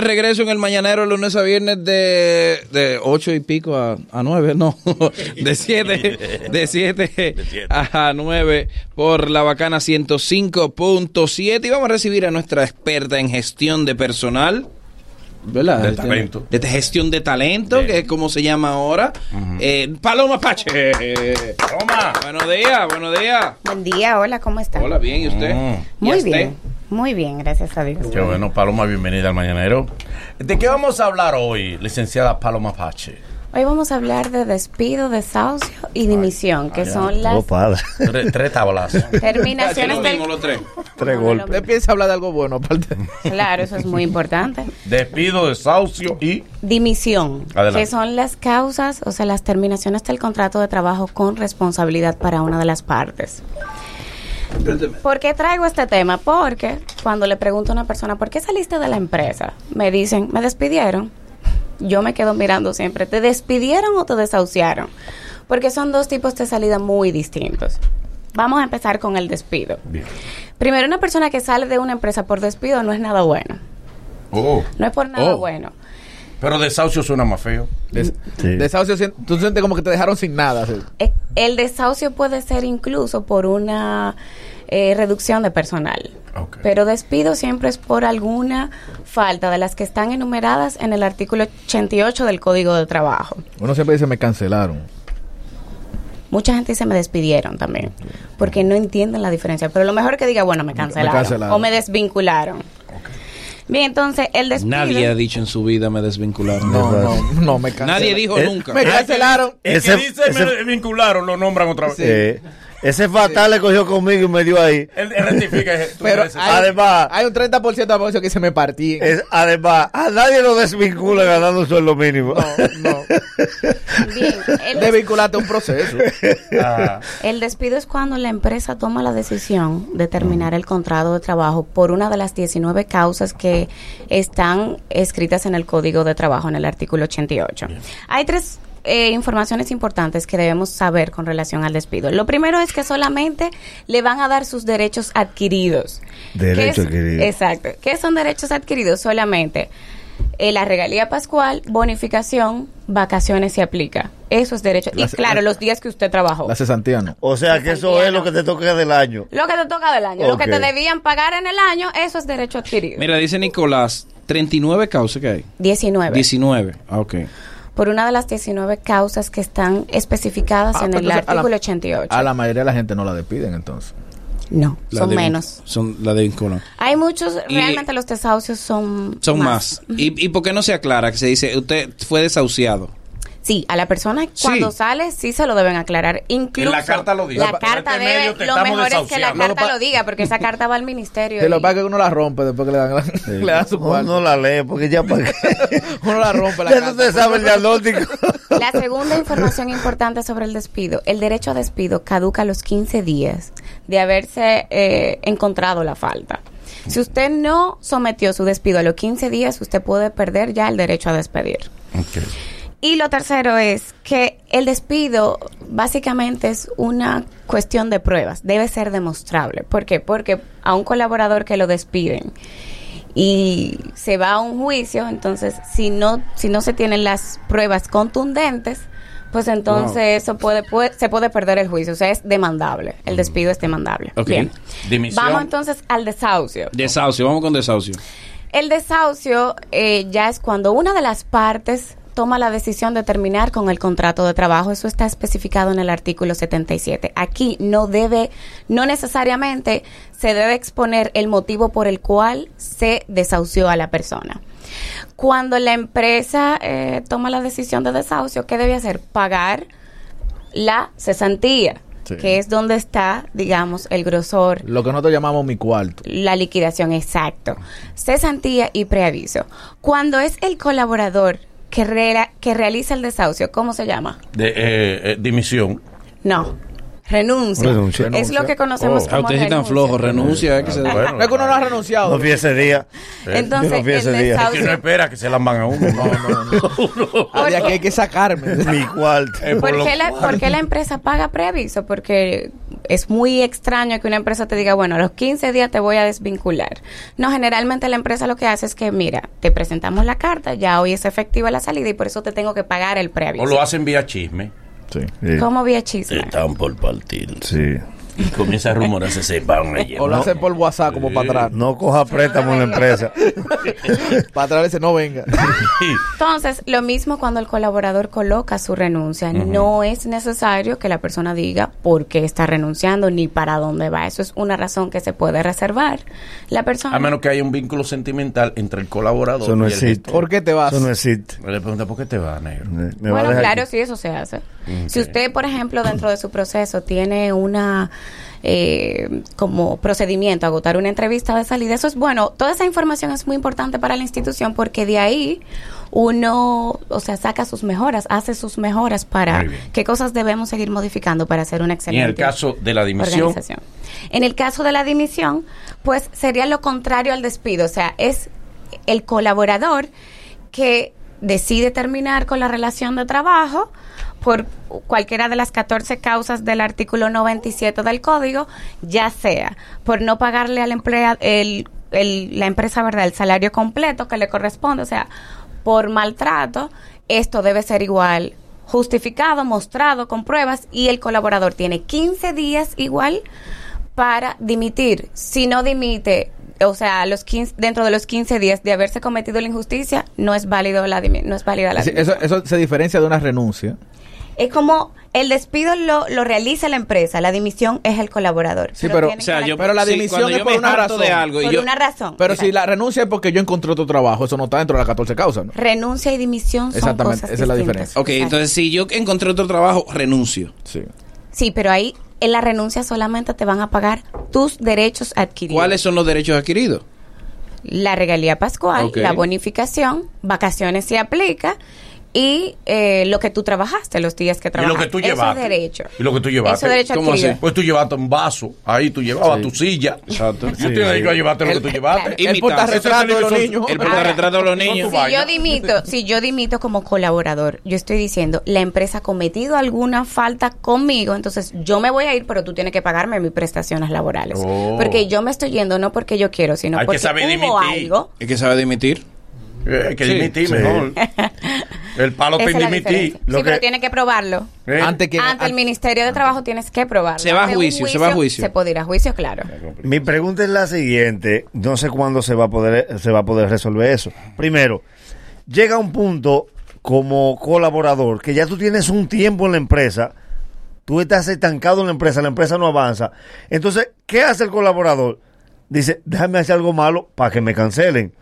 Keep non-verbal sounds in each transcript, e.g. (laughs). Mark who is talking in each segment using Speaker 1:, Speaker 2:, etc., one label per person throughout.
Speaker 1: Regreso en el mañanero lunes a viernes de, de 8 y pico a, a 9, no, (laughs) de 7, de 7 a 9 por la bacana 105.7 y vamos a recibir a nuestra experta en gestión de personal. ¿Verdad? Este,
Speaker 2: De talento.
Speaker 1: De gestión de talento, que es como se llama ahora. Eh, Paloma Pache.
Speaker 2: Toma.
Speaker 1: Buenos días, buenos días.
Speaker 3: Buen día, hola, ¿cómo están?
Speaker 1: Hola, bien, ¿y usted?
Speaker 2: Mm.
Speaker 1: ¿Y a
Speaker 3: Muy
Speaker 1: usted?
Speaker 3: bien, muy bien, gracias a Dios.
Speaker 2: Qué bueno, Paloma, bienvenida al Mañanero. ¿De qué vamos a hablar hoy, licenciada Paloma Pache?
Speaker 3: Hoy vamos a hablar de despido, desahucio y dimisión, que son las
Speaker 1: (laughs)
Speaker 4: Oh, (laughs) padre.
Speaker 2: Tres, tres tablas.
Speaker 1: Así lo
Speaker 3: terminaciones del...
Speaker 1: mismo los tres.
Speaker 4: Tres
Speaker 3: No, no, no,
Speaker 4: golpes.
Speaker 5: Usted piensa hablar de algo bueno, aparte.
Speaker 3: Claro, eso es muy importante.
Speaker 2: Despido, desahucio y...
Speaker 3: Dimisión,
Speaker 2: Adelante.
Speaker 3: que son las causas, o sea, las terminaciones del contrato de trabajo con responsabilidad para una de las partes. ¿Por qué traigo este tema? Porque cuando le pregunto a una persona, ¿por qué saliste de la empresa? Me dicen, me despidieron. Yo me quedo mirando siempre, ¿te despidieron o te desahuciaron? Porque son dos tipos de salida muy distintos. Vamos a empezar con el despido. Primero, una persona que sale de una empresa por despido no es nada bueno.
Speaker 2: Oh.
Speaker 3: No es por nada
Speaker 2: Oh.
Speaker 3: bueno.
Speaker 2: Pero desahucio suena más feo.
Speaker 5: (laughs) Des-
Speaker 4: Sí.
Speaker 5: Desahucio, sien- tú sientes como que te dejaron sin nada. así.
Speaker 3: Eh, El desahucio puede ser incluso por una eh, reducción de personal.
Speaker 2: Ok.
Speaker 3: Pero despido siempre es por alguna falta de las que están enumeradas en el artículo 88 del Código de Trabajo.
Speaker 5: Uno siempre dice, me cancelaron.
Speaker 3: Mucha gente dice me despidieron también, porque no entienden la diferencia. Pero lo mejor que diga, bueno, me cancelaron,
Speaker 5: cancelaron.
Speaker 3: o me desvincularon. Bien, entonces el despido...
Speaker 1: Nadie ha dicho en su vida me desvincularon.
Speaker 5: No,
Speaker 4: verdad.
Speaker 5: no, no, me cancelaron.
Speaker 1: Nadie dijo
Speaker 4: Eh,
Speaker 1: nunca.
Speaker 5: Me cancelaron.
Speaker 2: El
Speaker 4: Ese-
Speaker 2: Ah, que dice me
Speaker 4: ese-
Speaker 2: vincularon, lo nombran otra vez.
Speaker 4: Eh, ese fatal le cogió conmigo y me dio ahí.
Speaker 2: Él, él rectifica. eh, tú
Speaker 5: Pero
Speaker 2: eres-
Speaker 5: hay,
Speaker 4: Además-
Speaker 5: hay un 30% de apoyo que se me partí.
Speaker 4: Es- además, a nadie lo desvincula ganando un sueldo mínimo.
Speaker 5: No, (laughs) no.
Speaker 3: Bien, el
Speaker 5: (laughs) De vincularte a un proceso.
Speaker 2: Ah,
Speaker 3: El despido es cuando la empresa toma la decisión de terminar el contrato de trabajo por una de las 19 causas que están escritas en el Código de Trabajo, en el artículo 88. Hay tres eh, informaciones importantes que debemos saber con relación al despido. Lo primero es que solamente le van a dar sus derechos adquiridos.
Speaker 4: Derechos
Speaker 3: ¿Qué es-
Speaker 4: adquiridos.
Speaker 3: Exacto. ¿Qué son derechos adquiridos? Solamente eh, la regalía pascual, bonificación, vacaciones se aplica. Eso es derecho. Y
Speaker 5: Las-
Speaker 3: claro, los días que usted trabajó.
Speaker 5: La cesantía no.
Speaker 4: (laughs) O sea que eso es lo que te toca del año.
Speaker 3: Lo que te toca del año, lo que
Speaker 4: Ok.
Speaker 3: te debían pagar en el año, eso es derecho adquirido.
Speaker 1: Mira, dice Nicolás, 39 causas que hay.
Speaker 3: 19.
Speaker 1: 19. Ah, ok.
Speaker 3: Por una de las 19 causas que están especificadas
Speaker 5: Ah,
Speaker 3: en
Speaker 5: pero
Speaker 3: el
Speaker 5: entonces a la-
Speaker 3: artículo 88.
Speaker 5: A la mayoría de la gente no la despiden, entonces.
Speaker 3: no,
Speaker 1: La
Speaker 3: son
Speaker 1: de-
Speaker 3: menos.
Speaker 1: Son la de vinculan.
Speaker 3: Hay muchos,
Speaker 1: Y-
Speaker 3: realmente los desahucios son
Speaker 1: Son más. ¿Y, ¿Y por qué no se aclara? Que se dice, usted fue desahuciado.
Speaker 3: Sí, a la persona cuando sale sí se lo deben aclarar. Incluso
Speaker 2: la carta lo dice.
Speaker 3: La
Speaker 2: Para
Speaker 3: carta
Speaker 2: este
Speaker 3: debe-
Speaker 2: medio te
Speaker 3: lo
Speaker 2: estamos
Speaker 3: mejor es que la
Speaker 2: desahuciando.
Speaker 3: carta
Speaker 5: Lo que
Speaker 3: lo
Speaker 5: pa-
Speaker 3: diga porque esa carta va al ministerio.
Speaker 5: Se
Speaker 3: y-
Speaker 5: lo pasa que uno la rompe después que le dan, la- (laughs) (laughs) le dan su
Speaker 4: Uno
Speaker 5: cuarto.
Speaker 4: no la lee porque
Speaker 5: (laughs)
Speaker 4: ya para qué.
Speaker 5: Uno la rompe la
Speaker 4: ya no te
Speaker 5: carta.
Speaker 4: sabe el
Speaker 5: (laughs)
Speaker 4: diagnóstico.
Speaker 3: La segunda información importante sobre el despido. El derecho a despido caduca a los 15 días de haberse eh, encontrado la falta. Si usted no sometió su despido a los 15 días, usted puede perder ya el derecho a despedir. Y lo tercero es que el despido básicamente es una cuestión de pruebas, debe ser demostrable. ¿Por qué? Porque a un colaborador que lo despiden y se va a un juicio, entonces si no si no se tienen las pruebas contundentes, pues entonces
Speaker 1: Wow.
Speaker 3: eso puede, puede- se puede perder el juicio, o sea, es demandable. El despido es demandable.
Speaker 1: Mm. Ok.
Speaker 3: Bien.
Speaker 2: Dimisión.
Speaker 3: Vamos entonces al desahucio.
Speaker 1: Desahucio, vamos con desahucio.
Speaker 3: El desahucio eh, ya es cuando una de las partes toma la decisión de terminar con el contrato de trabajo. Eso está especificado en el artículo 77. Aquí no debe, no necesariamente se debe exponer el motivo por el cual se desahució a la persona. Cuando la empresa eh, toma la decisión de desahucio, ¿qué debe hacer? Pagar la cesantía,
Speaker 5: Sí.
Speaker 3: que es donde está, digamos, el grosor
Speaker 5: Lo que nosotros llamamos mi cuarto.
Speaker 3: la liquidación, exacto. Cesantía y preaviso. Cuando es el colaborador que, rela- que realiza el desahucio, ¿cómo se llama?
Speaker 2: De, eh, eh, dimisión.
Speaker 3: No, renuncia.
Speaker 4: Renuncia.
Speaker 3: Es lo que conocemos
Speaker 2: Oh.
Speaker 1: Ah,
Speaker 3: como
Speaker 1: ustedes están
Speaker 3: renuncia.
Speaker 1: flojos, renuncia. eh, que se-
Speaker 2: Bueno,
Speaker 5: No es que uno no ha renunciado.
Speaker 4: No fui ese día.
Speaker 3: Entonces,
Speaker 4: Eh, Yo no fui
Speaker 3: el
Speaker 4: ese día.
Speaker 2: Si no (laughs)
Speaker 3: desahucio...
Speaker 2: espera que se lamban a uno. No, no, no.
Speaker 5: De aquí (laughs) hay que sacarme.
Speaker 4: Mi cuarto.
Speaker 2: Eh, por
Speaker 3: ¿Por
Speaker 2: lo
Speaker 3: qué, la,
Speaker 2: cual-
Speaker 3: por qué la empresa paga preaviso? Porque es muy extraño que una empresa te diga, bueno, a los 15 días te voy a desvincular. No, generalmente la empresa lo que hace es que, mira, te presentamos la carta, ya hoy es efectiva la salida y por eso te tengo que pagar el preaviso.
Speaker 2: O lo hacen vía chisme.
Speaker 4: Sí. Sí.
Speaker 3: ¿Cómo vía chisme?
Speaker 2: Están por partir.
Speaker 4: Sí.
Speaker 2: Y comienza a rumorarse, se van a llevar.
Speaker 5: O
Speaker 2: (laughs)
Speaker 5: lo hacen por WhatsApp como para atrás.
Speaker 4: No coja préstamo en la empresa.
Speaker 5: Para atrás dice, no
Speaker 3: (laughs)
Speaker 5: venga.
Speaker 3: Entonces, lo mismo cuando el colaborador coloca su renuncia. No es necesario que la persona diga por qué está renunciando ni para dónde va. Eso es una razón que se puede reservar. La persona...
Speaker 2: A menos que haya un vínculo sentimental entre el colaborador
Speaker 4: Eso no
Speaker 2: y el
Speaker 4: existe.
Speaker 5: ¿Por qué te vas?
Speaker 4: Eso no existe.
Speaker 2: gestor. Le pregunta, ¿por qué te va, negro?
Speaker 4: Me- me va a
Speaker 3: Bueno,
Speaker 4: dejar
Speaker 3: claro,
Speaker 4: aquí.
Speaker 3: sí, eso se hace. Si usted, por ejemplo, dentro de su proceso tiene una eh, como procedimiento agotar una entrevista de salida, eso es bueno. Toda esa información es muy importante para la institución porque de ahí uno, o sea, saca sus mejoras, hace sus mejoras para
Speaker 2: Muy bien.
Speaker 3: qué cosas debemos seguir modificando para hacer
Speaker 2: Y
Speaker 3: una
Speaker 2: en
Speaker 3: excelente.
Speaker 2: el caso de la dimisión,
Speaker 3: organización. En el caso de la dimisión, pues sería lo contrario al despido, o sea, es el colaborador que decide terminar con la relación de trabajo por cualquiera de las 14 causas del artículo 97 del código, ya sea por no pagarle al emplea, el, el- la empresa verdad el salario completo que le corresponde, o sea, por maltrato, esto debe ser igual justificado, mostrado con pruebas y el colaborador tiene 15 días igual para dimitir. Si no dimite, o sea, a los 15 dentro de los 15 días de haberse cometido la injusticia, no es válido la dimi- no es válida la
Speaker 5: Sí,
Speaker 3: dimisión.
Speaker 5: Eso, eso se diferencia de una renuncia.
Speaker 3: Es como el despido lo, lo realiza la empresa, la dimisión es el colaborador.
Speaker 5: Sí, pero-
Speaker 3: tienen
Speaker 5: o
Speaker 3: que-
Speaker 5: Pero la
Speaker 1: sí,
Speaker 5: dimisión
Speaker 1: cuando
Speaker 5: es
Speaker 1: yo
Speaker 5: por
Speaker 1: me
Speaker 5: una
Speaker 1: harto
Speaker 5: razón.
Speaker 1: de algo. y
Speaker 3: por
Speaker 1: yo-
Speaker 3: una razón.
Speaker 5: Pero si
Speaker 3: Exacto.
Speaker 5: la renuncia es porque yo encontré otro trabajo, eso no está dentro de las 14 causas, ¿no?
Speaker 3: renuncia y dimisión son
Speaker 5: Exactamente,
Speaker 3: cosas
Speaker 5: esa es la
Speaker 3: distintas.
Speaker 5: diferencia.
Speaker 1: Ok,
Speaker 3: Exacto.
Speaker 1: entonces si yo encontré otro trabajo, renuncio.
Speaker 5: Sí.
Speaker 3: Sí, pero ahí en la renuncia solamente te van a pagar tus derechos adquiridos.
Speaker 1: ¿Cuáles son los derechos adquiridos?
Speaker 3: la regalía pascual,
Speaker 1: Ok.
Speaker 3: la bonificación, vacaciones se aplica y eh, lo que tú trabajaste, los días que
Speaker 2: y lo
Speaker 3: trabajaste.
Speaker 2: que tú
Speaker 3: Eso
Speaker 2: llevaste.
Speaker 3: es derecho.
Speaker 2: Y lo que tú
Speaker 3: Eso es
Speaker 2: llevaste.
Speaker 3: derecho
Speaker 1: ¿Cómo
Speaker 3: adquirido.
Speaker 1: así?
Speaker 2: Pues tú llevaste un vaso, ahí tú llevabas tu silla. Exacto. Y tú
Speaker 4: Sí,
Speaker 2: tienes
Speaker 4: ahí.
Speaker 2: que ir a llevarte lo que
Speaker 5: El-
Speaker 2: tú
Speaker 3: (laughs)
Speaker 2: llevaste.
Speaker 1: Y
Speaker 5: El
Speaker 1: mitad.
Speaker 5: portarretrato de los
Speaker 2: Eso-
Speaker 5: niños.
Speaker 1: El portarretrato de los niños.
Speaker 3: Si
Speaker 2: (laughs)
Speaker 3: yo dimito, si yo dimito como colaborador, yo estoy diciendo, la empresa ha cometido alguna falta conmigo, entonces yo me voy a ir, pero tú tienes que pagarme mis prestaciones laborales.
Speaker 2: Oh.
Speaker 3: Porque yo me estoy yendo no porque yo quiero, sino
Speaker 2: Hay que
Speaker 3: porque
Speaker 2: saber
Speaker 3: hubo
Speaker 2: dimitir.
Speaker 3: algo.
Speaker 1: ¿Es que sabe dimitir?
Speaker 2: Eh, hay que
Speaker 1: Sí,
Speaker 2: dimitir
Speaker 4: sí.
Speaker 2: mejor. El palo
Speaker 3: Esa
Speaker 2: te
Speaker 3: es la
Speaker 2: dimití.
Speaker 3: diferencia. Sí,
Speaker 4: Lo que-
Speaker 3: pero tiene que probarlo.
Speaker 2: Eh,
Speaker 5: Antes que
Speaker 3: Ante el Ministerio de Trabajo tienes que probarlo.
Speaker 1: Se va a
Speaker 3: Ante un
Speaker 1: juicio, se va a juicio.
Speaker 3: Se puede ir a juicio, claro.
Speaker 4: Mi pregunta es la siguiente, no sé cuándo se va a poder se va a poder resolver eso. Primero, llega un punto como colaborador que ya tú tienes un tiempo en la empresa, tú estás estancado en la empresa, la empresa no avanza. Entonces, ¿qué hace el colaborador? Dice, "Déjame hacer algo malo para que me cancelen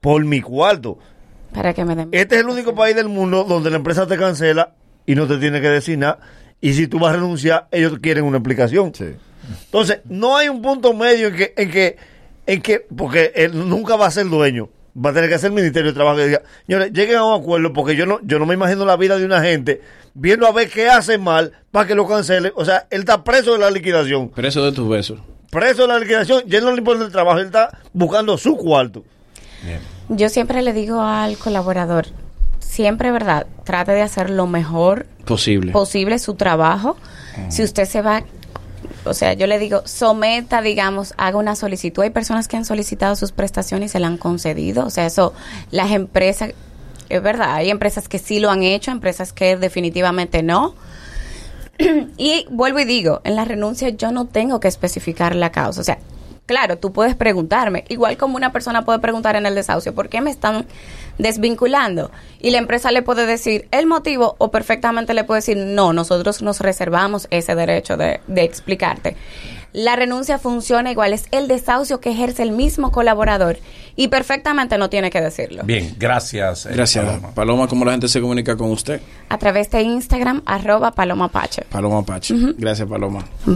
Speaker 4: por mi cuarto."
Speaker 3: Para que me den.
Speaker 4: Este es el único país del mundo donde la empresa te cancela y no te tiene que decir nada. Y si tú vas a renunciar, ellos quieren una explicación. Entonces, no hay un punto medio en que, en que, en que, porque él nunca va a ser dueño. Va a tener que hacer el Ministerio de Trabajo que diga, señores, lleguen a un acuerdo porque yo no, yo no me imagino la vida de una gente viendo a ver qué hace mal para que lo cancelen. O sea, él está preso de la liquidación.
Speaker 1: Pero eso de tus besos.
Speaker 4: Preso de la liquidación, ya él no le importa el trabajo, él está buscando su cuarto.
Speaker 3: Yo siempre le digo al colaborador, siempre, ¿verdad? Trate de hacer lo mejor
Speaker 1: Posible.
Speaker 3: posible su trabajo. Si usted se va, o sea, yo le digo, someta, digamos, haga una solicitud. Hay personas que han solicitado sus prestaciones y se la han concedido. O sea, eso, las empresas, es verdad, hay empresas que sí lo han hecho, empresas que definitivamente no. Y vuelvo y digo, en la renuncia yo no tengo que especificar la causa. O sea, claro, tú puedes preguntarme, igual como una persona puede preguntar en el desahucio, ¿por qué me están desvinculando? Y la empresa le puede decir el motivo o perfectamente le puede decir, no, nosotros nos reservamos ese derecho de, de explicarte. La renuncia funciona igual, es el desahucio que ejerce el mismo colaborador y perfectamente no tiene que decirlo.
Speaker 2: Bien, gracias. eh,
Speaker 1: Gracias.
Speaker 2: Paloma.
Speaker 1: Paloma. ¿cómo la gente se comunica con usted?
Speaker 3: A través de Instagram, arroba Paloma Pache.
Speaker 1: Paloma Pache. Gracias, Paloma.